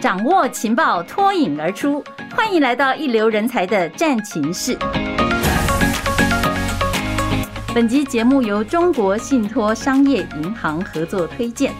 掌握情报，脱颖而出。欢迎来到一流人才的战情室。本集节目由中国信托商业银行合作推荐。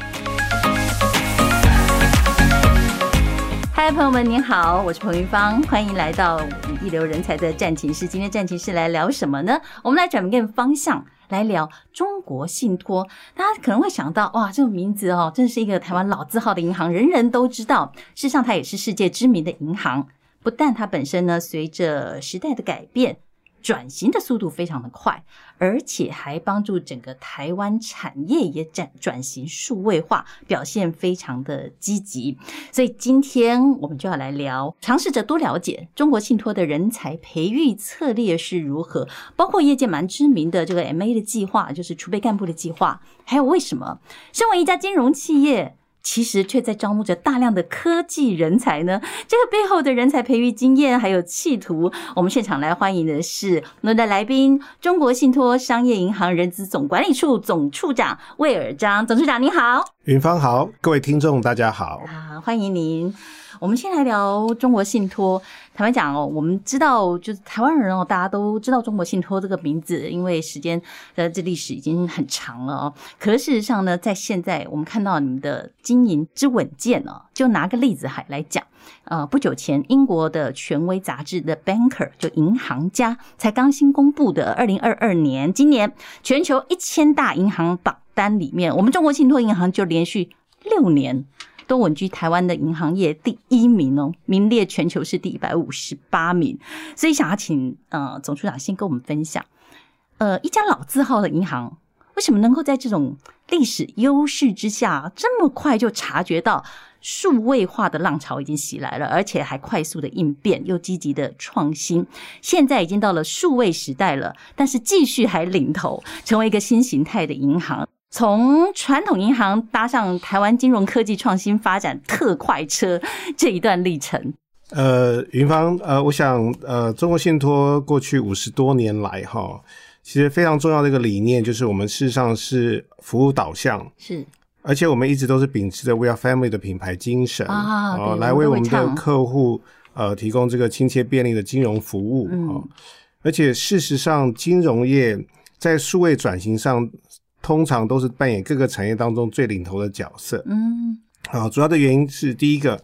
嗨，朋友们，您好，我是彭云芳，欢迎来到一流人才的战情室。今天战情室来聊什么呢？我们来转变方向，来聊中国信托。大家可能会想到，哇，这个名字哦，真是一个台湾老字号的银行，人人都知道。事实上，它也是世界知名的银行。不但它本身呢，随着时代的改变，转型的速度非常的快，而且还帮助整个台湾产业也转转型数位化，表现非常的积极。所以今天我们就要来聊，尝试着多了解中国信托的人才培育策略是如何，包括业界蛮知名的这个 MA 的计划，就是储备干部的计划，还有为什么身为一家金融企业。其实却在招募着大量的科技人才呢。这个背后的人才培育经验还有企图，我们现场来欢迎的是我们的来宾，中国信托商业银行人资总管理处总处长魏尔章。总处长您好。云芳好，各位听众大家好。啊，欢迎您。我们先来聊中国信托。坦白讲哦，我们知道就是台湾人哦，大家都知道中国信托这个名字，因为时间呃这历史已经很长了哦。可是事实上呢，在现在我们看到你们的经营之稳健哦，就拿个例子还来讲，呃，不久前英国的权威杂志的《Banker》就银行家才刚新公布的二零二二年今年全球一千大银行榜单里面，我们中国信托银行就连续六年。都稳居台湾的银行业第一名哦，名列全球是第一百五十八名。所以想要请呃总处长先跟我们分享，呃，一家老字号的银行为什么能够在这种历史优势之下，这么快就察觉到数位化的浪潮已经袭来了，而且还快速的应变，又积极的创新。现在已经到了数位时代了，但是继续还领头，成为一个新形态的银行。从传统银行搭上台湾金融科技创新发展特快车这一段历程，呃，云芳，呃，我想，呃，中国信托过去五十多年来，哈，其实非常重要的一个理念就是我们事实上是服务导向，是而且我们一直都是秉持着 We Are Family 的品牌精神啊对哦来为我我们们都会的唱客户呃提供这个亲切便利的金融服务嗯哦。而且事实上，金融业在数位转型上，通常都是扮演各个产业当中最领头的角色。嗯啊，主要的原因是第一个，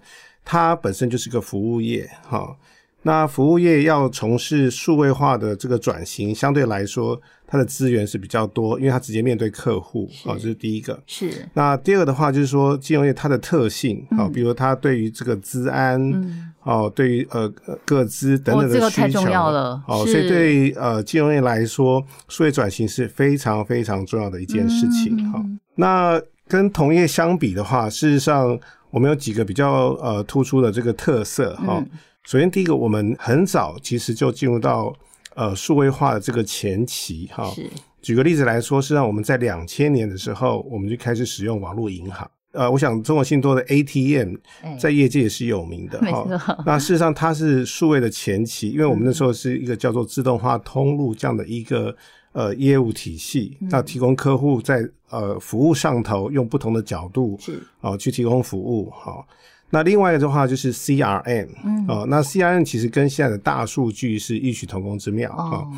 它本身就是个服务业，哈、那服务业要从事数位化的这个转型，相对来说，它的资源是比较多，因为它直接面对客户，啊、是这是第一个。是那第二个的话，就是说金融业它的特性，啊、嗯比如它对于这个资安，嗯哦，对于呃呃各资等等哦这个的需求，太重要了哦，是所以对于呃金融业来说，数位转型是非常非常重要的一件事嗯情哈、那跟同业相比的话，事实上我们有几个比较呃突出的这个特色哈、嗯首先，第一个，我们很早其实就进入到呃数位化的这个前期哈、是举个例子来说，是让我们在两千年的时候，我们就开始使用网络银行。呃，我想中国信托的 ATM 哎在业界也是有名的没哈。错那事实上，它是数位的前期，因为我们那嗯时候是一个叫做自动化通路这样的一个呃业务体系，嗯那提供客户在呃服务上头用不同的角度是哦、去提供服务哈、那另外一个的话就是 CRM，嗯哦、那 CRM 其实跟现在的大数据是异曲同工之妙啊、哦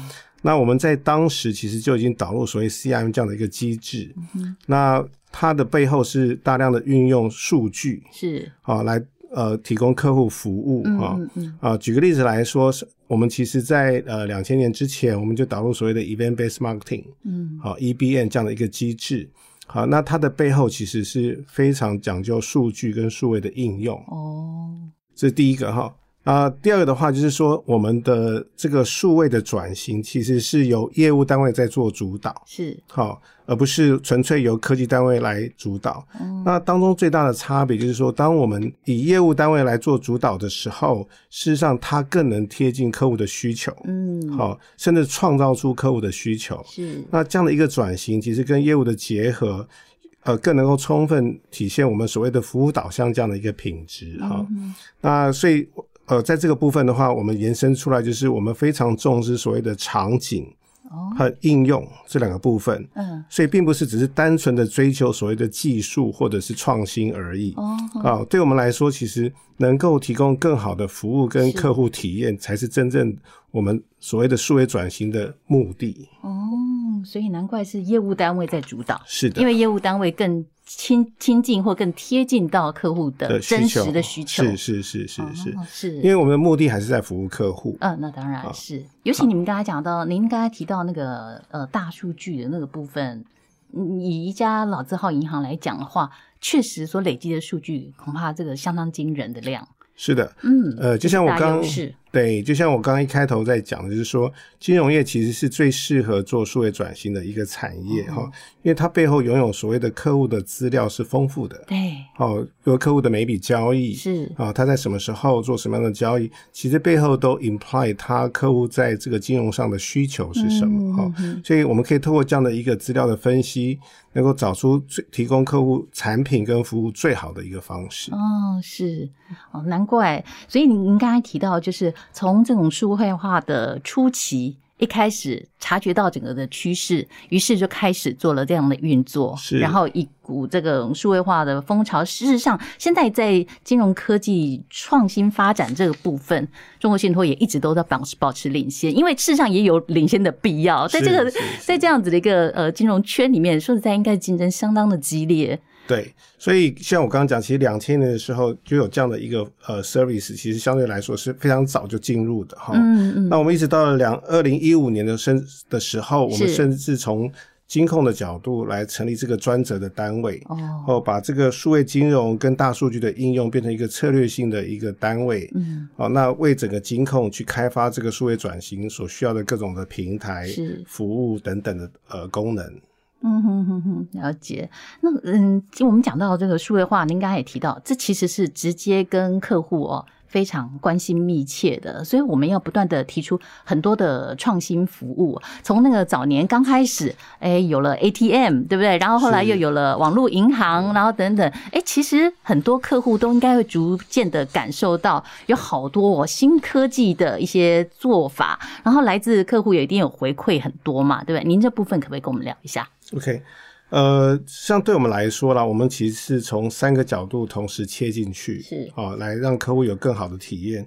那我们在当时其实就已经导入所谓 CRM 这样的一个机制，嗯那它的背后是大量的运用数据是啊来呃提供客户服务嗯啊。嗯嗯啊，举个例子来说，是我们其实在呃两千年之前，我们就导入所谓的 event-based marketing，嗯好、EBM 这样的一个机制。好，那它的背后其实是非常讲究数据跟数位的应用，哦这是第一个哈。啊，第二个的话就是说，我们的这个数位的转型其实是由业务单位在做主导，是好，而不是纯粹由科技单位来主导。嗯那当中最大的差别就是说，当我们以业务单位来做主导的时候，事实上它更能贴近客户的需求，嗯好，甚至创造出客户的需求。是那这样的一个转型，其实跟业务的结合，呃，更能够充分体现我们所谓的服务导向这样的一个品质嗯哈、那所以呃，在这个部分的话，我们延伸出来就是我们非常重视所谓的场景哦，和应用这两个部分。嗯，所以并不是只是单纯的追求所谓的技术或者是创新而已。哦，啊、对我们来说，其实能够提供更好的服务跟客户体验，才是真正我们所谓的数位转型的目的。哦，所以难怪是业务单位在主导，是的，因为业务单位更亲亲近或更贴近到客户的的需真求哦实的需求，是是是是是，哦是，因为我们的目的还是在服务客户。嗯，那当然是。尤其你们刚才讲到，您刚才提到那个呃大数据的那个部分，嗯以一家老字号银行来讲的话，确实所累积的数据恐怕这个相当惊人的量。是的，嗯，呃，就像我大刚优势对，就像我刚刚一开头在讲的，就是说金融业其实是最适合做数位转型的一个产业哦哈、因为它背后拥有所谓的客户的资料是丰富的。对，哦，比如客户的每一笔交易是啊、他在什么时候做什么样的交易，其实背后都 imply 他客户在这个金融上的需求是什么哈、嗯嗯嗯所以我们可以透过这样的一个资料的分析，能够找出最提供客户产品跟服务最好的一个方式。哦，是哦，难怪。所以您您刚才提到，就是从这种数位化的初期。一开始察觉到整个的趋势，于是就开始做了这样的运作，是然后一股这个数位化的风潮。事实上，现在在金融科技创新发展这个部分，中国信托也一直都在保持保持领先，因为事实上也有领先的必要。在这个是是是 在这样子的一个呃金融圈里面，说实在，应该竞争相当的激烈。对，所以像我刚刚讲，其实两千年的时候就有这样的一个呃 service，其实相对来说是非常早就进入的哈。嗯嗯，哦那我们一直到了两二零一五年的甚的时候，我们是甚至从金控的角度来成立这个专责的单位，哦，哦，把这个数位金融跟大数据的应用变成一个策略性的一个单位。嗯。哦，那为整个金控去开发这个数位转型所需要的各种的平台是、服务等等的呃功能，嗯哼哼哼，了解。那嗯，我们讲到这个数位化，您刚才也提到，这其实是直接跟客户哦非常关心密切的，所以我们要不断的提出很多的创新服务。从那个早年刚开始，哎，有了 ATM，对不对？然后后来是又有了网络银行，然后等等，哎，其实很多客户都应该会逐渐的感受到，有好多、哦、新科技的一些做法，然后来自客户也一定有回馈很多嘛，对不对？您这部分可不可以跟我们聊一下？ OK，呃，像对我们来说啦，我们其实是从三个角度同时切进去，是哦，来让客户有更好的体验。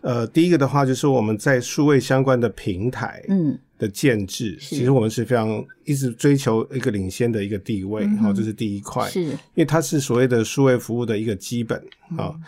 呃，第一个的话就是我们在数位相关的平台嗯，的建制，是其实我们是非常一直追求一个领先的一个地位，嗯好、哼这是第一块，因是，嗯为它是所谓的数位服务的一个基本啊。哦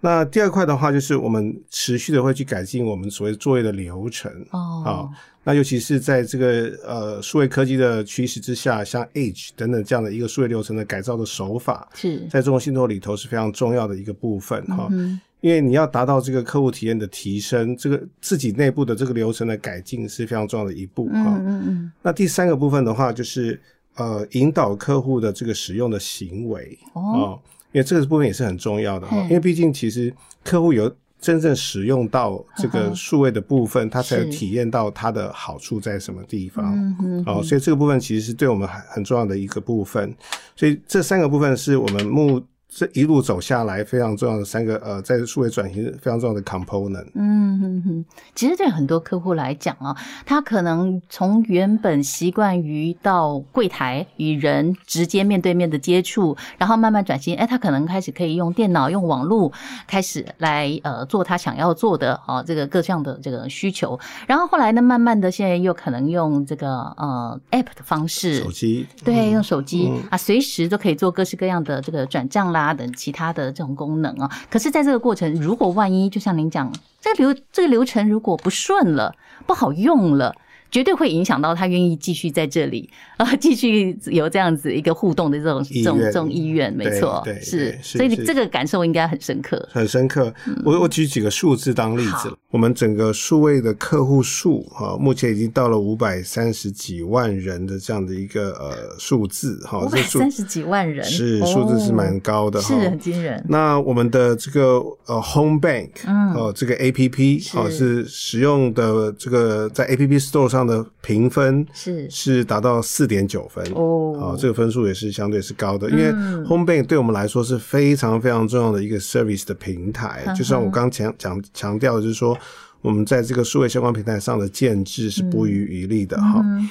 那第二块的话，就是我们持续的会去改进我们所谓作业的流程，哦好，那尤其是在这个呃数位科技的趋势之下，像 Edge 等等这样的一个数位流程的改造的手法，是，在中国信托里头是非常重要的一个部分哈、嗯，因为你要达到这个客户体验的提升，这个自己内部的这个流程的改进是非常重要的一步嗯哈、嗯嗯，那第三个部分的话，就是呃引导客户的这个使用的行为哦，哦，因为这个部分也是很重要的哈嘿，因为毕竟其实客户有真正使用到这呵个呵数位的部分，他才有是体验到它的好处在什么地方。嗯嗯，哦，所以这个部分其实是对我们很很重要的一个部分。所以这三个部分是我们目这一路走下来非常重要的三个呃，在数位转型非常重要的 component。嗯哼哼，其实对很多客户来讲啊，他可能从原本习惯于到柜台与人直接面对面的接触，然后慢慢转型，哎，他可能开始可以用电脑、用网络开始来呃做他想要做的啊、这个各项的这个需求，然后后来呢，慢慢的现在又可能用这个呃 app 的方式手，机对，用手机、嗯啊，随时都可以做各式各样的这个转账啦等其他的这种功能啊。可是，在这个过程，如果万一就像您讲，这个流这个流程如果不顺了，不好用了。绝对会影响到他愿意继续在这里啊、 继续有这样子一个互动的这种这意种愿这种意愿，没对错，对是对，是所以是这个感受应该很深刻。很深刻。嗯我我举几个数字当例子，我们整个数位的客户数哈、目前已经到了五百三十几万人的这样的一个呃数字哈、五这百数三十几万人，是数字是蛮哦高的哈、是很惊人，那我们的这个呃 Home Bank，嗯哦、这个 A P P 是哦是使用的这个在 A P P Store 上的评分是是达到四点九分哦哦，这个分数也是相对是高的，因为嗯 Home Bank 对我们来说是非常非常重要的一个 service 的平台嗯哼。就像我刚强强强调的，就是说我们在这个数位相关平台上的建制是不遗余力的哈。嗯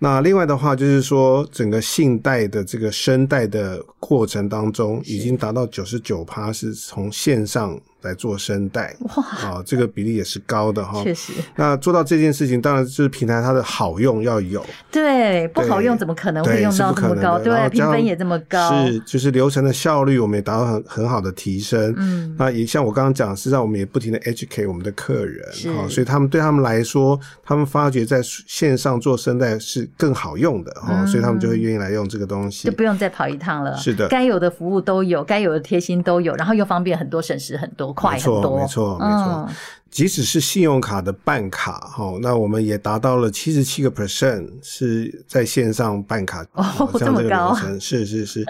那另外的话，就是说整个信贷的这个申贷的过程当中，已经达到九十九趴是从线上来做申贷，哇，啊、这个比例也是高的哈。确实，那做到这件事情，当然就是平台它的好用要有，对，不好用怎么可能会对，用是到不这可么能高？的。然对，后评加分上也这么高，是就是流程的效率，我们也达到很很好的提升。嗯，那也像我刚刚讲，事实际上我们也不停的 educate 我们的客人是哈、所以他们对他们来说，他们发觉在线上做声带是更好用的哈、嗯所以他们就会愿意来用这个东西就。不用再跑一趟了。是的该有的服务都有，该有的贴心都有，然后又方便很多，省时很多，快没很错多。没错没嗯错即使是信用卡的办卡哈，那我们也达到了七十七个 percent 是在线上办卡哦这样这么这个高啊流程是是是。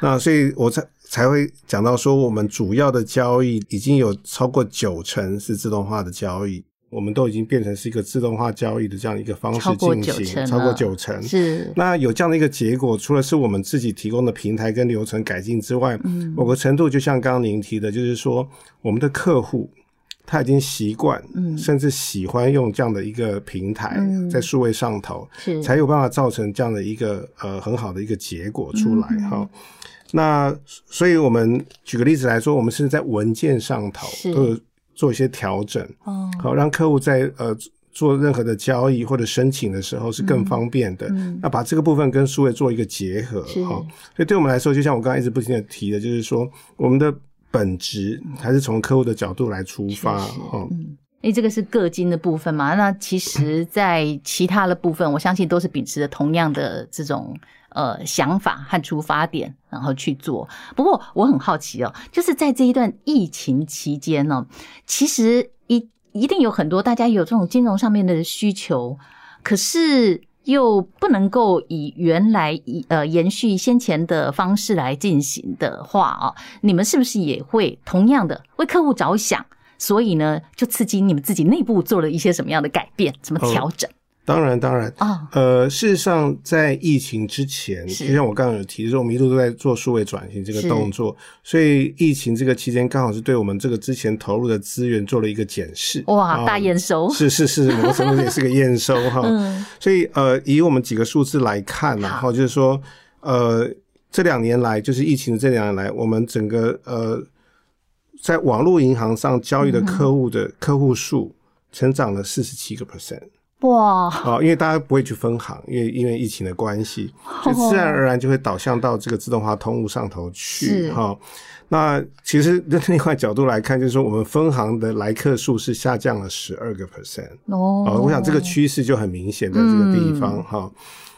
那所以我才才会讲到说，我们主要的交易已经有超过九成是自动化的交易，我们都已经变成是一个自动化交易的这样一个方超式过进9%了行，超过九成。嗯是那有这样的一个结果，除了是我们自己提供的平台跟流程改进之外，嗯某个程度就像刚刚您提的，就是说我们的客户他已经习惯，嗯甚至喜欢用这样的一个平台嗯在数位上头，是才有办法造成这样的一个呃很好的一个结果出来嗯哈。那所以我们举个例子来说，我们甚至在文件上头是都有做一些调整，哦，好让客户在呃做任何的交易或者申请的时候是更方便的。嗯那把这个部分跟数位做一个结合是哈、所以对我们来说，就像我刚才一直不停的提的，就是说我们的本质还是从客户的角度来出发确实哈。嗯，因为这个是个金的部分嘛，那其实，在其他的部分，我相信都是秉持着同样的这种呃想法和出发点，然后去做。不过我很好奇哦，就是在这一段疫情期间哦呢、其实一一定有很多大家有这种金融上面的需求，可是又不能够以原来以呃延续先前的方式来进行的话啊、你们是不是也会同样的为客户着想？所以呢，就刺激你们自己内部做了一些什么样的改变、什么调整当然，当然。啊？呃，事实上，在疫情之前，是就像我刚刚有提，就是我们一路都在做数位转型这个是动作，所以疫情这个期间刚好是对我们这个之前投入的资源做了一个检视。哇，啊大验收，是是是，某个程度也是个 验收哈。嗯，所以呃，以我们几个数字来看呢、然好后就是说，呃，这两年来，就是疫情的这两年来，我们整个呃，在网络银行上交易嗯的客户的客户数成长了四十七个 percent 哇，啊，因为大家不会去分行，因为因为疫情的关系，所以自然而然就会导向到这个自动化通路上头去是哈、那其实 另外角度来看，就是说我们分行的来客数是下降了十二个 percent。哦嗯哦，我想这个趋势就很明显在这个地方哈、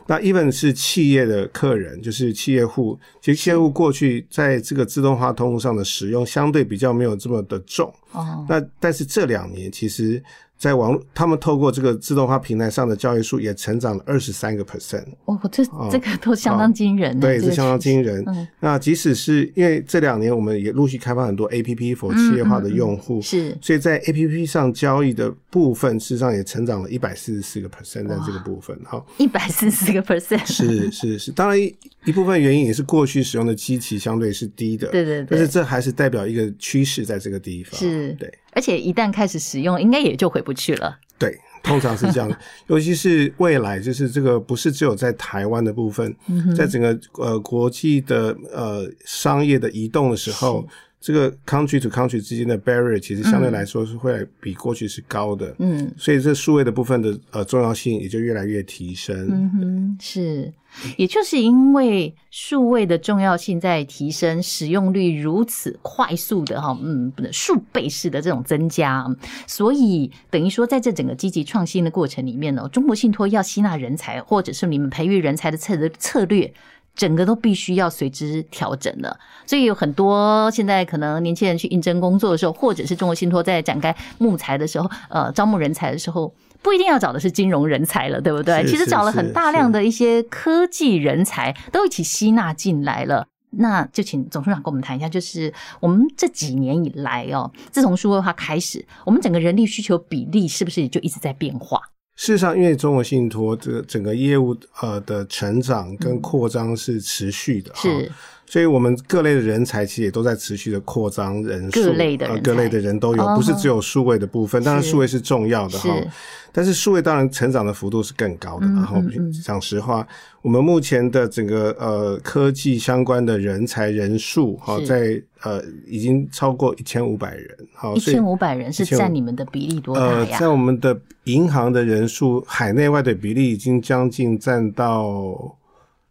那 even 是企业的客人，就是企业户，其实企业户过去在这个自动化通路上的使用相对比较没有这么的重。哦，那但是这两年，其实在网络，他们透过这个自动化平台上的交易数也成长了二十三个 percent，哦，这哦这个都相当惊人呢，对，嗯这是个相当趋势惊人。嗯那即使是因为这两年，我们也陆续开发很多 APP for 嗯企业化的用户，是所以在 A P P 上交易的部分，事实上也成长了一百四十四个 percent 在这个部分。哈，一百四十个 percent， 是是是，当然一一部分原因也是过去使用的基期相对是低的，对对但是对，这还是代表一个趋势在这个地方。是对而且一旦开始使用，应该也就回不去了。对，通常是这 样，尤其是未来就是这个不是只有在台湾的部分，嗯哼在整个呃国际的呃商业的移动的时候。这个 country to country 之间的 barrier 其实相对来说是会比过去是高的，嗯所以这数位的部分的呃重要性也就越来越提升。嗯哼，是，也就是因为数位的重要性在提升，使用率如此快速的哈，嗯，不能数倍式的这种增加，嗯所以等于说，在这整个积极创新的过程里面呢，中国信托要吸纳人才，或者是你们培育人才的策策略。整个都必须要随之调整了，所以有很多现在可能年轻人去应征工作的时候，或者是中国信托在展开募才的时候，呃，招募人才的时候，不一定要找的是金融人才了，对不对？是其实是找了很是大是量的一些科技人才都一起吸纳进来了。那就请总处长跟我们谈一下，就是我们这几年以来哦，自从数位化开始，我们整个人力需求比例是不是也就一直在变化？事实上，因为中国信托这个整个业务呃的成长跟扩张是持续的，哈嗯是，所以我们各类的人才其实也都在持续的扩张人数，各类的人呃才各类的人都有，哦不是只有数位的部分，当然数位是重要的哈是，但是数位当然成长的幅度是更高的。嗯然后嗯嗯讲实话，我们目前的整个呃科技相关的人才人数哈，是在呃已经超过一千五百人，好，一所以千五百人是1500占你们的比例多大呃，呀？在我们的银行的人数，海内外的比例已经将近占到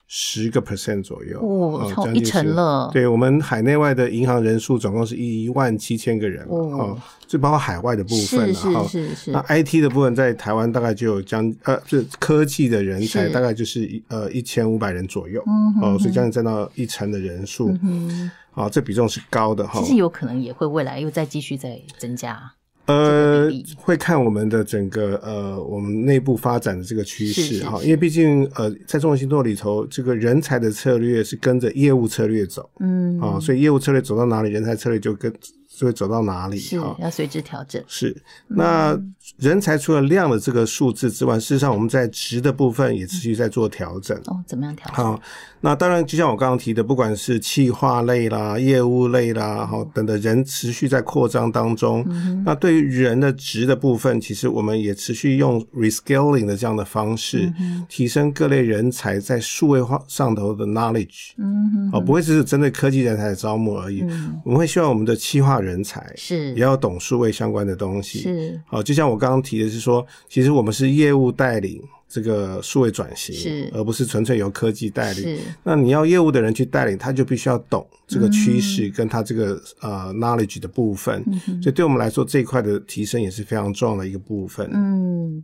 十个 percent 左右，哦呃超将近一成10了对我们海内外的银行人数总共是一万七千个人，哦哦，这包括海外的部分是了哈是。是是那，IT 的部分在台湾大概就有将呃，这科技的人才是大概就是一呃一千五百人左右，嗯哼哦，所以将近占到一成的人数，嗯，啊，这比重是高的哈。其实有可能也会未来又再继续再增加。这个呃比例，会看我们的整个呃，我们内部发展的这个趋是势是哈，是因为毕竟呃，在中国星座里头，这个人才的策略是跟着业务策略走嗯，啊、所以业务策略走到哪里，人才策略就跟就会走到哪里是嗯哈。要随之调整。是，那人才除了量的这个数字之外，事实上我们在值的部分也持续在做调整。哦，怎么样调整？好，那当然，就像我刚刚提的，不管是企划类啦、业务类啦，好等等，人持续在扩张当中。嗯那对于人的值的部分，其实我们也持续用 rescaling 的这样的方式，嗯提升各类人才在数位化上头的 knowledge。嗯哼，嗯哦，不会只是针对科技人才的招募而已，我们会希望我们的企划人才也是要懂数位相关的东西。是好，就像我刚刚提的是说，其实我们是业务带领这个数位转型，是而不是纯粹由科技带领。是，那你要业务的人去带领，他就必须要懂这个趋嗯势跟他这个、呃 knowledge 的部分，所以对我们来说这一块的提升也是非常重要的一个部分。嗯。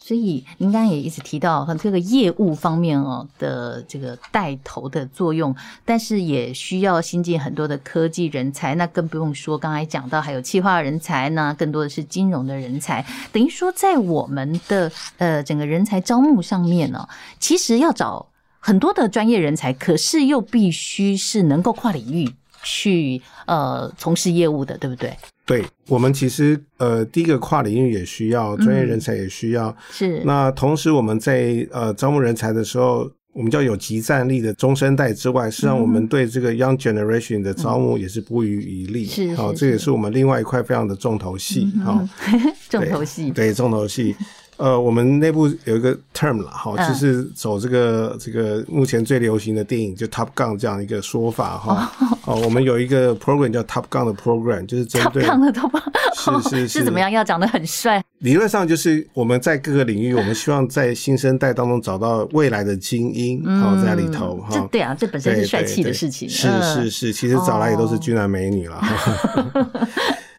所以您刚刚也一直提到这个业务方面哦的这个带头的作用，但是也需要新进很多的科技人才，那更不用说刚才讲到还有企划人才呢，更多的是金融的人才，等于说在我们的呃整个人才招募上面呢、其实要找很多的专业人才，可是又必须是能够跨领域去呃从事业务的，对不对？对我们其实呃第一个跨领域也需要专业人才也需要，是，那同时我们在呃招募人才的时候。我们叫有集战力的中生代之外，实际上我们对这个嗯 young generation 的招募也是不遗余力。是好、是这也是嗯是我们另外一块非常的重头戏。好、 重头戏，对，重 头戏。呃，我们内部有一个 term 啦，哈，嗯就是走这个这个目前最流行的电影就 Top Gun 这样一个说法哈。哦，我们有一个 program 叫 Top Gun 的 program，就 是针他对胖了都胖，是是是哦怎么样？要长得很帅，理论上就是我们在各个领域，我们希望在新生代当中找到未来的精英，哦，在里头嗯哈。这对啊，这本身对是帅气对的对事情，是嗯哦是是，其实找来也都是俊男美女了。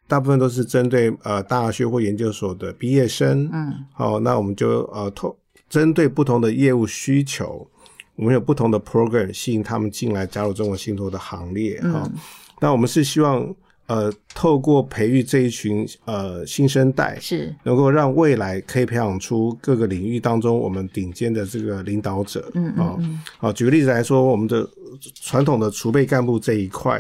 大部分都是针对呃大学或研究所的毕业生，嗯，好、那我们就呃透针对不同的业务需求，我们有不同的 program 吸引他们进来加入中国信托的行列，嗯哈、那我们是希望呃透过培育这一群呃新生代，是能够让未来可以培养出各个领域当中我们顶尖的这个领导者。嗯嗯好、举个例子来说，我们的传统的储备干部这一块，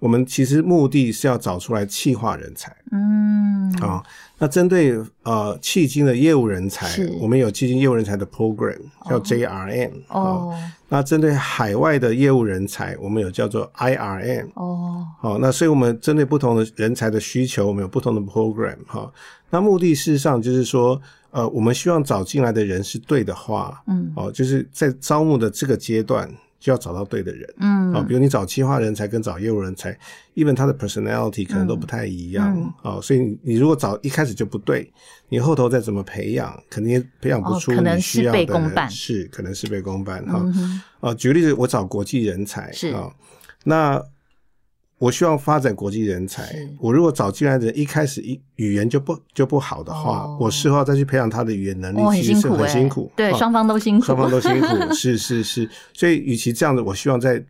我们其实目的是要找出来气化人才。嗯啊、那针对呃迄今的业务人才是，我们有迄今业务人才的 program 叫 JRM 啊、哦那针对海外的业务人才，我们有叫做 IRM。哦好、那所以我们针对不同的人才的需求，我们有不同的 program 哈、那目的事实上就是说，呃，我们希望找进来的人是对的话，嗯，哦，就是在招募的这个阶段就要找到对的人。嗯哦，比如你找企划人才跟找业务人才，even 他的 personality 可能嗯都不太一样、哦，所以你你如果找一开始就不对，你后头再怎么培养，肯定也培养不哦出可能你需事要的倍人，功半是可能是被公办哈。嗯哼哦，举个例子，我找国际人才是哦，那我希望发展国际人才是。我如果找进来的人一开始一语言就不就不好的话，哦我事后再去培养他的语言能力哦，，很其实辛是苦很哎，辛苦。对，哦双方都辛苦，双方都 辛苦，是是是。所以，与其这样子，我希望在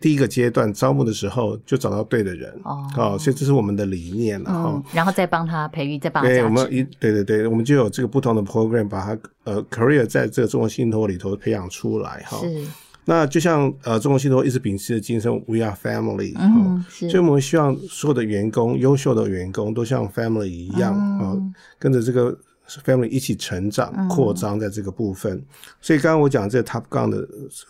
第一个阶段招募的时候就找到对的人啊哦所以这是我们的理念了哈。嗯，然后再帮他培育，再帮他对，我价们值，一对对对，我们就有这个不同的 program，把它呃 career 在这个中国信托里头培养出来哈。是那就像呃中国信托一直秉持的精神，We are family，哈、嗯是所以我们嗯希望所有的员工，优秀的员工都像 family 哦一样啊、哦跟着这个 family 一起成长、扩张在这个部分。所以刚刚我讲的这个 Top Gun 的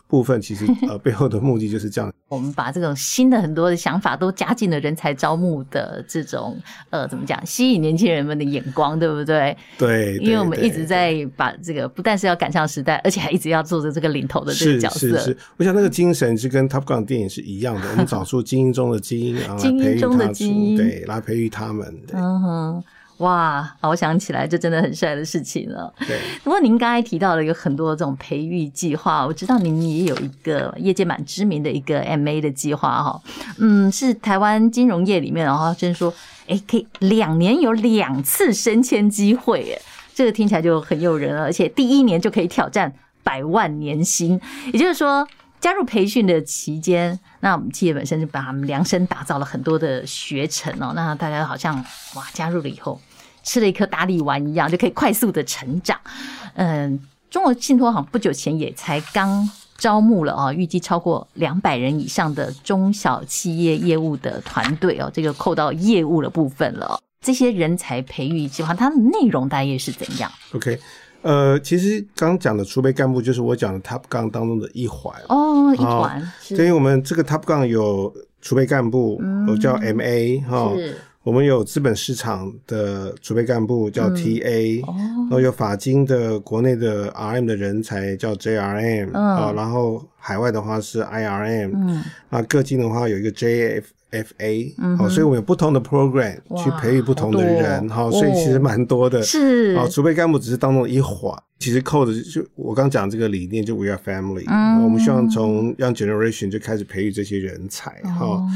部分，其实呃背后的目的就是 这样。我们把这种新的很多的想法都加进了人才招募的这种呃，怎么讲，吸引年轻人们的眼光，对不对？对，因为我们对一直对在把这个，不但是要赶上时代，而且还一直要做着这个领头的这个角色。是是是，我想那个精神是跟 Top Gun 电影是一样的，我们找出精英中的精英，然后来精英培育中的他出精英对，来培育他们，对、嗯哼，哇，好想起来，这真的很帅的事情哦了。对。不过您刚才提到了有很多这种培育计划，我知道您也有一个业界蛮知名的一个 MA 的计划哈，嗯，是台湾金融业里面，然后真说，哎，可以两年有两次升迁机会，哎，这个听起来就很诱人了，而且第一年就可以挑战百万年薪，也就是说。加入培训的期间，那我们企业本身就把他们量身打造了很多的学程哦。那大家好像哇，加入了以后吃了一颗大力丸一样，就可以快速的成长。嗯，中国信托好像不久前也才刚招募了啊，预计超过两百人以上的中小企业业务的团队哦，这个扣到业务的部分了哦。这些人才培育计划，它的内容大约是怎样？ OK，呃，其实刚讲的储备干部就是我讲的 Top Gun 当中的一环。哦，一团、所是嗯以我们这个 Top Gun 有储备干部，我叫 MA 哈，是我们有资本市场的储备干部叫 TA，、然嗯哦，后有法金的国内的 RM 的人才叫 JRM，嗯啊、然后海外的话是 IRM，嗯，啊，各金的话有一个 JFFA，嗯哼哦，所以我们有不同的 program 哇去培育不同的人，好好、多哦所以其实蛮多的。是哦，储备干部只是当中的一环，其实扣的就我刚讲这个理念，就 We are family，、嗯我们希望从 Young Generation 就开始培育这些人才哈、哦，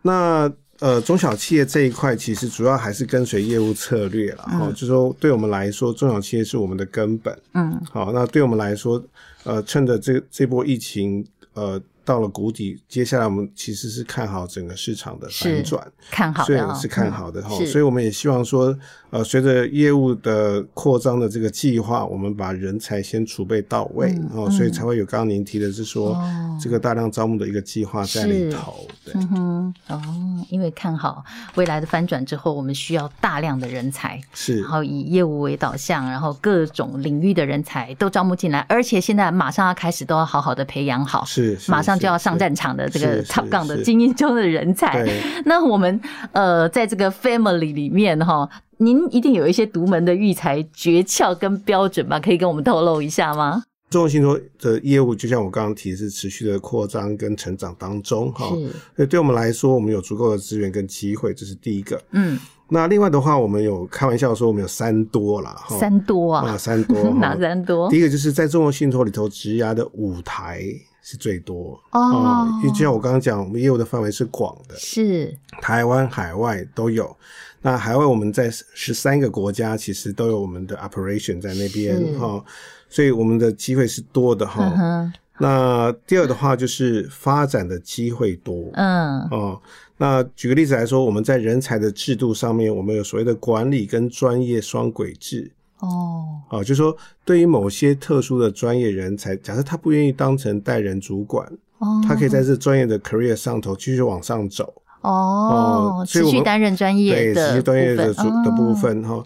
那呃，中小企业这一块其实主要还是跟随业务策略了哈、嗯就说对我们来说，中小企业是我们的根本。嗯好，那对我们来说，呃，趁着这这波疫情，呃，到了谷底，接下来我们其实是看好整个市场的是反转，看好所以的我哦，们是看好的哈、是所以我们也希望说，呃，随着业务的扩张的这个计划，我们把人才先储备到位、嗯哦，所以嗯才会有刚刚您提的是说、哦这个大量招募的一个计划在是里头，对。嗯哼，哦，因为看好未来的翻转之后，我们需要大量的人才，是然后以业务为导向，然后各种领域的人才都招募进来，而且现在马上要开始，都要好好的培养好，是，是马上就要上。是战场的这个是是 Top Gun 的是精英中的人才。对，那我们呃，在这个 family 里面哈，您一定有一些独门的育才诀窍跟标准吧？可以跟我们透露一下吗？ 中国信托的业务，就像我刚刚提，是持续的扩张跟成长当中哈。是，所以对我们来说，我们有足够的资源跟机会，这是第一个。嗯，那另外的话，我们有开玩笑说，我们有三多啦，哈。三多啊啊，，三多。哪哈三多第？一个就是在中国信托里头，职涯的舞台是最多哦因为就像我刚刚讲，我们业务的范围是广的，是，台湾、海外都有。那海外我们在十三个国家其实都有我们的 operation 在那边是哈、所以我们的机会是多的哈、嗯哼，那第二的话就是发展的机会多。嗯，哦，那举个例子来说，我们在人才的制度上面，我们有所谓的管理跟专业双轨制。哦，哦，就是说对于某些特殊的专业人才，假设他不愿意当成带人主管，哦，他可以在这专业的 career 上头继续往上走。哦，哦所以持我续们担任专业对，的实际专业的主的部哦分哈、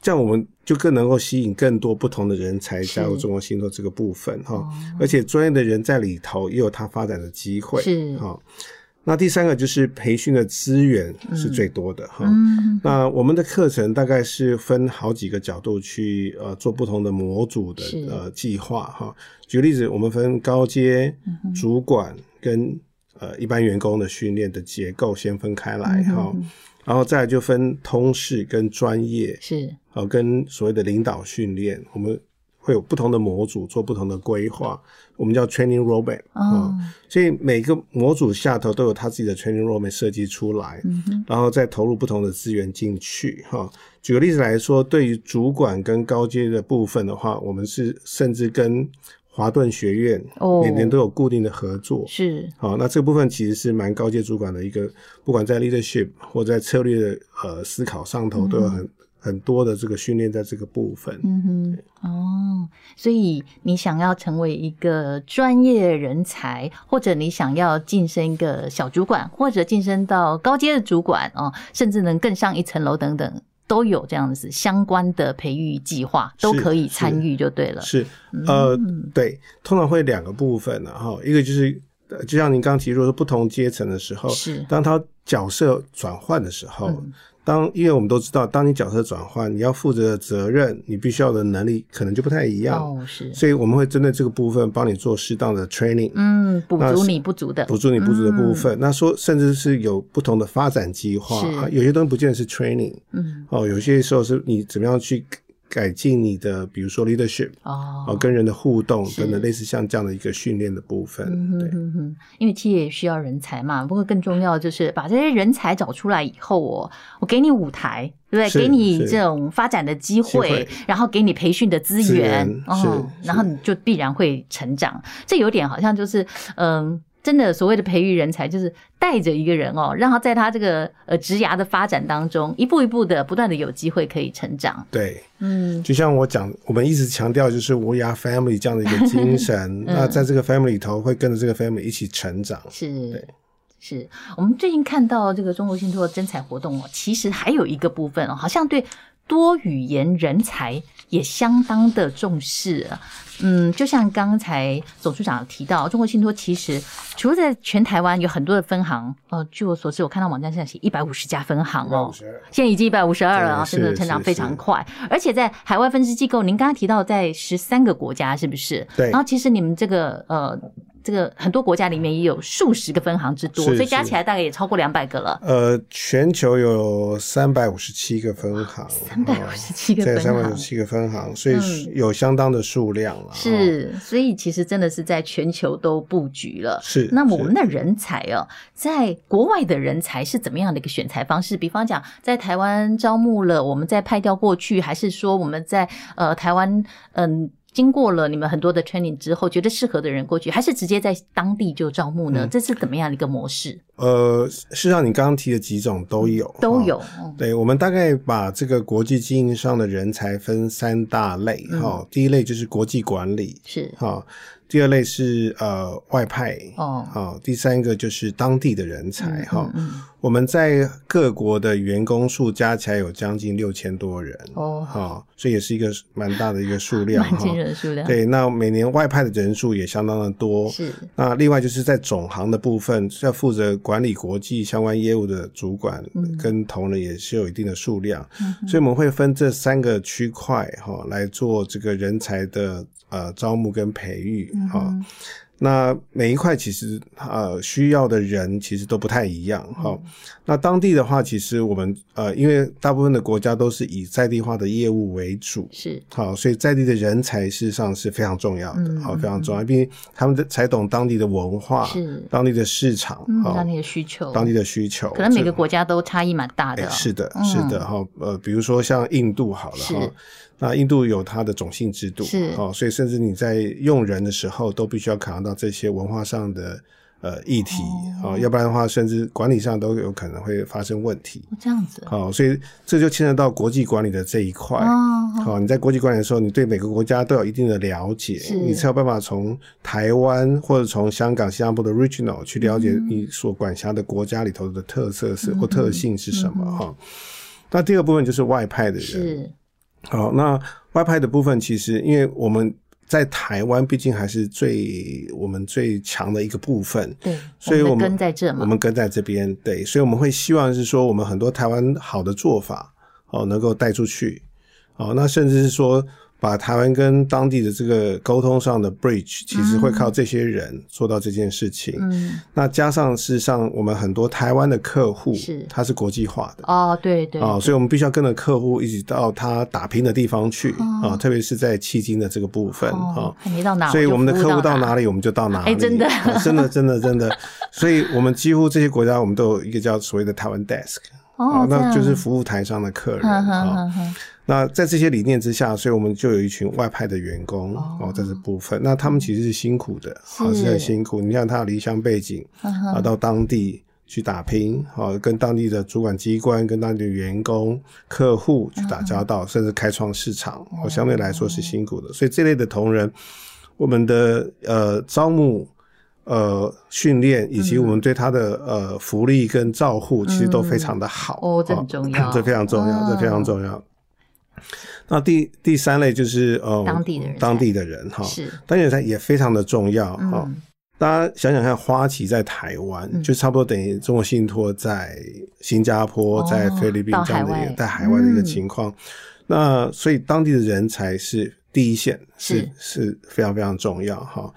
这样我们就更能够吸引更多不同的人才加入是哦中国信托这个部分哈、而且专业的人在里头也有他发展的机会，是哈、那第三个就是培训的资源是最多的哈、嗯， 那我们的课程大概是分好几个角度去呃做不同的模组的是呃计划哈。举个例子，我们分高阶、嗯主管跟呃一般员工的训练的结构先分开嗯来哈、然后再来就分通识跟专业，是呃跟所谓的领导训练，我们会有不同的模组做不同的规划，我们叫 training roadmap 啊、哦，所以每个模组下头都有他自己的 training roadmap 设计出来，嗯哼，然后再投入不同的资源进去哈。举个例子来说，对于主管跟高阶的部分的话，我们是甚至跟华顿学院哦每年都有固定的合作。是好，那这个部分其实是蛮高阶主管的一个，不管在 leadership 或在策略的呃思考上头，都有很、很多的这个训练在这个部分。嗯哼，哦，所以你想要成为一个专业人才，或者你想要晋升一个小主管，或者晋升到高阶的主管哦，甚至能更上一层楼等等，都有这样子相关的培育计划，都可以参与就对了。是，呃，嗯对，通常会两个部分然、后一个就是，呃就像您刚提出说，不同阶层的时候，是当他角色转换的时候，嗯当因为我们都知道，当你角色转换，你要负责的责任，你必须要的能力可能就不太一样，哦，是，所以我们会针对这个部分帮你做适当的 training，、嗯，补那足是你不足的，补助你不足的部分。那说甚至是有不同的发展计划是，啊有些东西不见得是 training 嗯，哦，有些时候是你怎么样去改进你的，比如说 leadership。哦，哦，跟人的互动是等等，类似像这样的一个训练的部分。嗯哼对，哼哼，因为企业也需要人才嘛。不过更重要的就是把这些人才找出来以后、哦，我给你舞台，对不是对？给你是这种发展的机机会，会然后给你培训的资资源，源哦，是然后是你就必然会成长。这有点好像就是，嗯。真的，所谓的培育人才，就是带着一个人哦，让他在他这个呃职涯的发展当中，一步一步的不断的有机会可以成长。对，嗯，就像我讲，我们一直强调就是无涯 family 这样的一个精 嗯神。那在这个 family 里头，会跟着这个 family 一起成长。是对。是我们最近看到这个中国信托的征才活动哦，其实还有一个部分哦，好像对多语言人才也相当的重视啊。嗯，就像刚才总处长有提到，中国信托其实除了在全台湾有很多的分行，呃，据我所知，我看到网站上写一百五十家分行哦，是现在已经一百五十二了啊，对真的是成长是非常是快。而且在海外分支机构，您刚刚提到在十三个国家，是不是？对然后其实你们这个呃，这个很多国家里面也有数十个分行之多，是所以加是起来大概也超过两百个了。呃，全球有三百五十七个分行，哦三百五十七个这分三百五行十七个分行，所以嗯有相当的数量了。哦是，所以其实真的是在全球都布局了。是，那么我们是的人才哦，在国外的人才是怎么样的一个选材方式？比方讲，在台湾招募了，我们再派调过去，还是说我们在呃台湾嗯经过了你们很多的 training 之后，觉得适合的人过去，还是直接在当地就招募嗯呢？这是怎么样的一个模式？呃，事实上你刚刚提的几种都有，都哦有，哦对，我们大概把这个国际经营上的人才分三大类哈、嗯第一类就是国际管理是哈、第二类是呃外派哦，哈、第三个就是当地的人才嗯哈、嗯嗯我们在各国的员工数加起来有将近六千多人哦哈、所以也是一个蛮大的一个数量蛮哈、惊人的数量，，对，那每年外派的人数也相当的多，是那另外就是在总行的部分，是要负责管理国际相关业务的主管嗯跟同仁也是有一定的数量，嗯哼所以我们会分这三个区块哈、来做这个人才的呃招募跟培育嗯哈、哼那每一块其实呃需要的人其实都不太一样哈、嗯那当地的话，其实我们呃因为大部分的国家都是以在地化的业务为主，是好，所以在地的人才事实上是非常重要的，嗯好、嗯非常重要，毕竟他们的才懂当地的文化、是，啊当地的市场、嗯，好当地的需求，当地的需求，可能每这个国家都差异蛮大哎的，是的，嗯是的，哈、呃，比如说像印度好了是哈、那印度有它的种姓制度，是哦，所以甚至你在用人的时候都必须要考量到这些文化上的呃议题哦哦，要不然的话，甚至管理上都有可能会发生问题。哦这样子好、所以这就牵扯到国际管理的这一块。哦，好、你在国际管理的时候，你对每个国家都有一定的了解是，你才有办法从台湾或者从香港、新加坡的 regional 去了解嗯你所管辖的国家里头的特色是、嗯或特性是什么嗯哈、那第二部分就是外派的人。是好，那外派的部分其实因为我们。在台湾，毕竟还是最我们最强的一个部分，对，所以我我的们根在这我嘛，们跟在这边，对，所以我们会希望是说，我们很多台湾好的做法哦，能够带出去哦，那甚至是说，把台湾跟当地的这个沟通上的 bridge，其实会靠这些人做到这件事情。嗯，那加上事实上，我们很多台湾的客户是他是国际化的。哦，对对，哦，所以我们必须要跟着客户一起到他打拼的地方去啊、哦特别是在迄今的这个部分啊、哦，看你到哪，所以就我们的服务客户到哪哪里，我们就到哪里。哎真的啊真的，真的，真的。所以我们几乎这些国家，我们都有一个叫所谓的台湾 desk，啊哦，这那样嗯就是服务台上的客人哼哼啊。哼哼那在这些理念之下，所以我们就有一群外派的员工哦哦，在这部分，那他们其实是辛苦的，啊，是是很辛苦。你像他有离乡背景哼啊，哼，到当地。去打拼，好、跟当地的主管机关、跟当地的员工、客户去打交嗯道，甚至开创市场，哦我、相对来说是辛苦的。所以这类的同仁，我们的呃招募呃训练，以及我嗯们对他的呃福利跟照护，其实都非常的好。 哦这很哦重要哦这非常重要，这非常重要。那第第三类就是呃当地的人才当地的人哈，是，当地人才也非常的重要哈。嗯大家想想看，花旗在台湾、嗯就差不多等于中国信托在新加坡、哦在菲律宾到这样的海一外个在海外的一个嗯情况。那所以当地的人才是第一线，是是非常非常重要哈。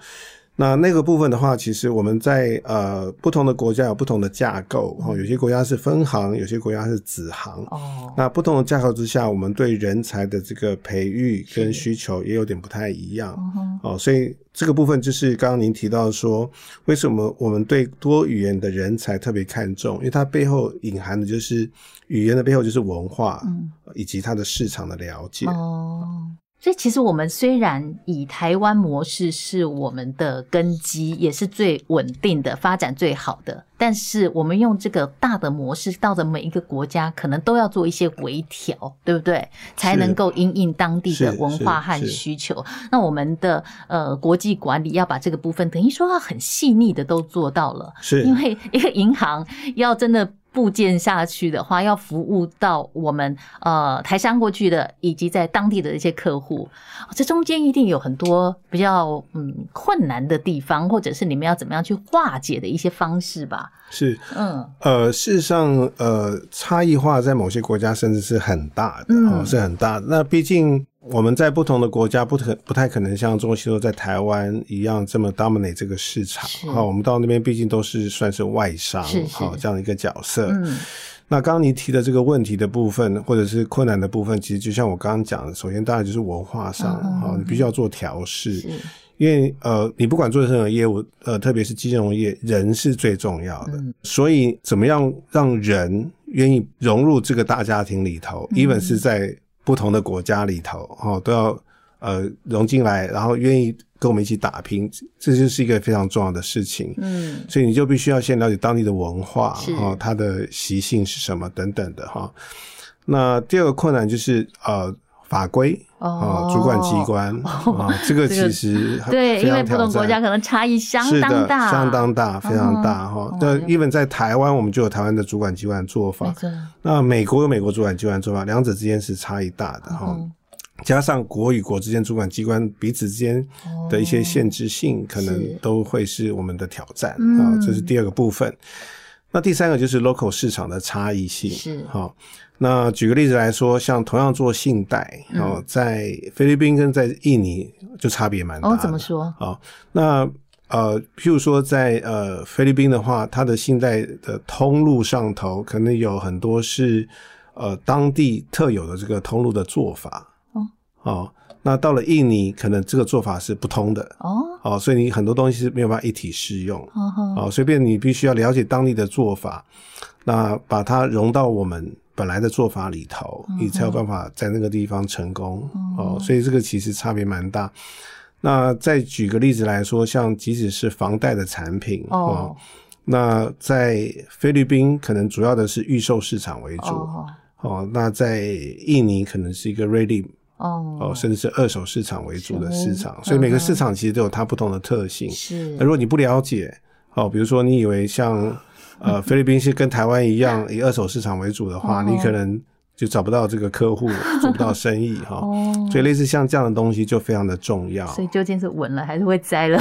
那那个部分的话，其实我们在呃不同的国家有不同的架构哦，有些国家是分行，有些国家是子行。嗯哦，那不同的架构之下，我们对人才的这个培育跟是需求也有点不太一样。嗯哼哦，所以这个部分就是刚刚您提到说，为什么我们对多语言的人才特别看重？因为它背后隐含的就是语言的背后就是文化，嗯以及它的市场的了解。哦，所以其实我们虽然以台湾模式是我们的根基，也是最稳定的、发展最好的，但是我们用这个大的模式到的每一个国家，可能都要做一些微调，对不对？才能够因应当地的是文化和是是需求。那我们的呃国际管理要把这个部分，等于说要很细腻的都做到了。是因为一个银行要真的部件下去的话，要服务到我们呃台商过去的，以及在当地的一些客户，哦这中间一定有很多比较嗯困难的地方，或者是你们要怎么样去化解的一些方式吧。是嗯，呃，事实上，呃，差异化在某些国家甚至是很大的，嗯哦，是很大的。那毕竟我们在不同的国家，不可不太可能像中国西多在台湾一样这么 dominate 这个市场哦是。好、我们到那边毕竟都是算是外商，是是好、这样的一个角色。嗯那刚刚你提的这个问题的部分，或者是困难的部分，其实就像我刚刚讲的，首先当然就是文化上，哦嗯好、你必须要做调试。是因为呃，你不管做任何业务，呃，特别是金融业，人是最重要的。嗯所以，怎么样让人愿意融入这个大家庭里头、嗯 e v e n 是在不同的国家里头，哦，都要呃融进来，然后愿意跟我们一起打拼，这就是一个非常重要的事情。嗯所以你就必须要先了解当地的文化是，哦，它的习性是什么等等的哈、那第二个困难就是呃法规啊、哦主管机关 啊、这个这个其实很对，非因常为不同挑国战家可能差异相是当的，大，相当大，非常大哈哦。那了 even 在台湾，我们就有台湾的主管机关的做没法，错，那美国有美国主管机关的做法，两者之间是差异大的哈。嗯加上国与国之间主管机关彼此之间的一些限制性，可哦是能都会是我们的挑战嗯啊、这是第二个部分。那第三个就是 local 市场的差异性，是好、那举个例子来说，像同样做信贷嗯哦，在菲律宾跟在印尼就差别蛮大的。哦，怎么说？好、那呃，譬如说在呃菲律宾的话，它的信贷的通路上头可能有很多是呃当地特有的这个通路的做法。哦，哦，那到了印尼，可能这个做法是不通的。哦，哦，所以你很多东西是没有办法一体适用。哦吼，哦，随便你必须要了解当地的做法，那把它融到我们本来的做法里头，你才有办法在那个地方成功。哦，所以这个其实差别蛮大。那再举个例子来说，像即使是房贷的产品哦那在菲律宾可能主要的是预售市场为主哦哦那在印尼可能是一个 ready 哦，哦，甚至是二手市场为主的市场，是所以每嗯个哼市场其实都有它不同的特性。是那如果你不了解，哦，比如说你以为像 呃菲律宾是跟台湾一样以二手市场为主的话，哦你可能就找不到这个 客户， 做不到生意哈。哦，所以类似像这样的东西就非常的重要。所以究竟是稳了还是会栽了？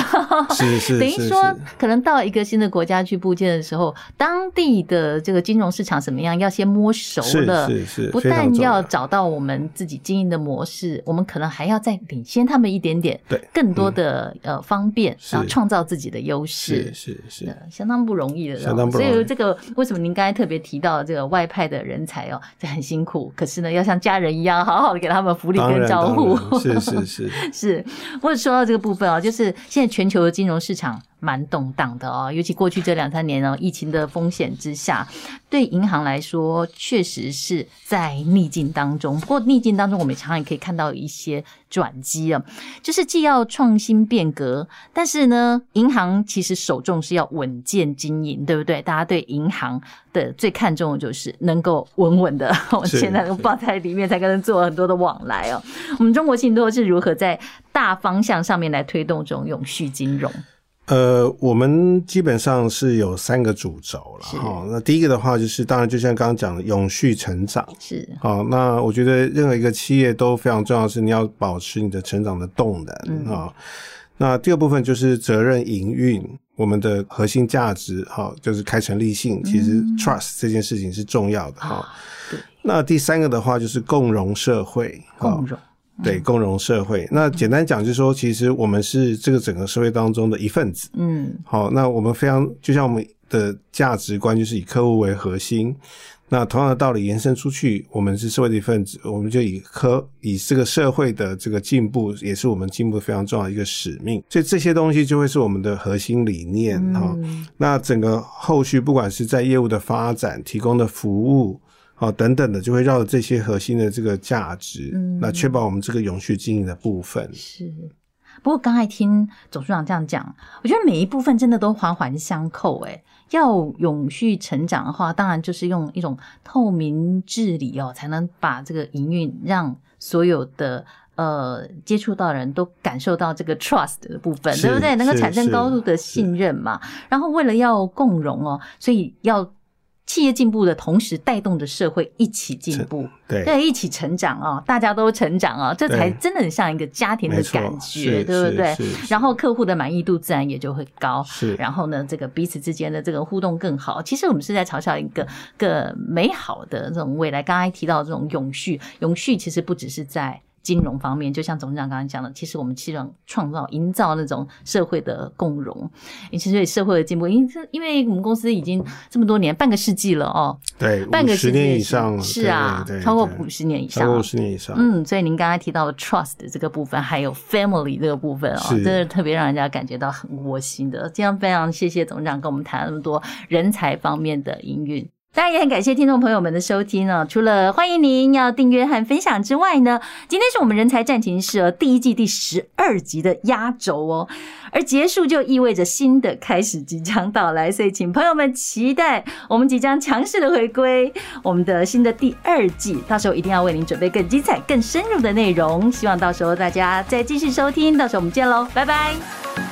是是等于是说是，可能到一个新的国家去部件的时候，当地的这个金融市场什么样，要先摸熟了。是是是，不非常但重要找到我们自己经营的模式，我们可能还要再领先他们一点点，对嗯更多的、呃方便，是然后创造自己的优势是。是是呃相当不容易的哦，相当不容易所以这个为什么您刚才特别提到这个外派的人才哦，这很辛苦，可是呢，要像家人一样，好好的给他们福利当跟然照当顾。然是是是是，或者说到这个部分哦，就是现在全球的金融市场蛮动荡的哦，尤其过去这两三年哦，疫情的风险之下，对银行来说确实是在逆境当中。不过逆境当中，我们常常也可以看到一些转机啊，就是既要创新变革，但是呢，银行其实首重是要稳健经营，对不对？大家对银行的最看重的就是能够稳稳的，我是现在能够抱在里面才跟人做很多的往来哦。我们中国信托是如何在大方向上面来推动这种永续金融？呃，我们基本上是有三个主轴了是哈、那第一个的话，就是当然就像刚刚讲的，永续成长。是好，那我觉得任何一个企业都非常重要，的是你要保持你的成长的动能啊、嗯那第二部分就是责任营运，我们的核心价值哈、就是开诚立信，其实 trust 这件事情是重要的哈、啊，嗯对，那第三个的话就是共融社会，哈共融对共融社会。那简单讲就是说，其实我们是这个整个社会当中的一份子。嗯好，那我们非常就像我们的价值观就是以客户为核心。那同样的道理延伸出去，我们是社会的一份子，我们就以科以这个社会的这个进步，也是我们进步非常重要的一个使命。所以这些东西就会是我们的核心理念嗯哈、那整个后续不管是在业务的发展、提供的服务。好，等等的，就会绕着这些核心的这个价值，嗯那确保我们这个永续经营的部分。是。不过刚才听总署长这样讲，我觉得每一部分真的都环环相扣、欸。要永续成长的话，当然就是用一种透明治理哦，才能把这个营运让所有的呃接触到的人都感受到这个 trust 的部分，是对不对？能够是产生是高度的信任嘛。然后为了要共荣哦，所以要企业进步的同时，带动着社会一起进步。对，对，一起成长哦，大家都成长哦，这才对真的很像一个家庭的没错感，觉，是对不是对？是是然后客户的满意度自然也就会高。是然后呢，这个彼此之间的这个互动更好。其实我们是在嘲笑一个个美好的这种未来。刚才提到这种永续，永续其实不只是在金融方面，就像董事长刚才讲的，其实我们希望创造、营造那种社会的共融，其实对社会的进步。因为这因为我们公司已经这么多年，半个世纪了哦，对，半个十世纪年以上了，是啊对对，对超过对五十年以上超了过。十啊年以上，嗯，所以您刚才提到的 trust 这个部分，还有 family 这个部分哦，是真的特别让人家感觉到很窝心的。今天非常谢谢董事长跟我们谈了那么多人才方面的营运。当然也很感谢听众朋友们的收听哦。除了欢迎您要订阅和分享之外呢，今天是我们人才战情室哦第一季第十二集的压轴哦，而结束就意味着新的开始即将到来，所以请朋友们期待我们即将强势的回归。我们的新的第二季，到时候一定要为您准备更精彩、更深入的内容。希望到时候大家再继续收听，到时候我们见喽，拜拜。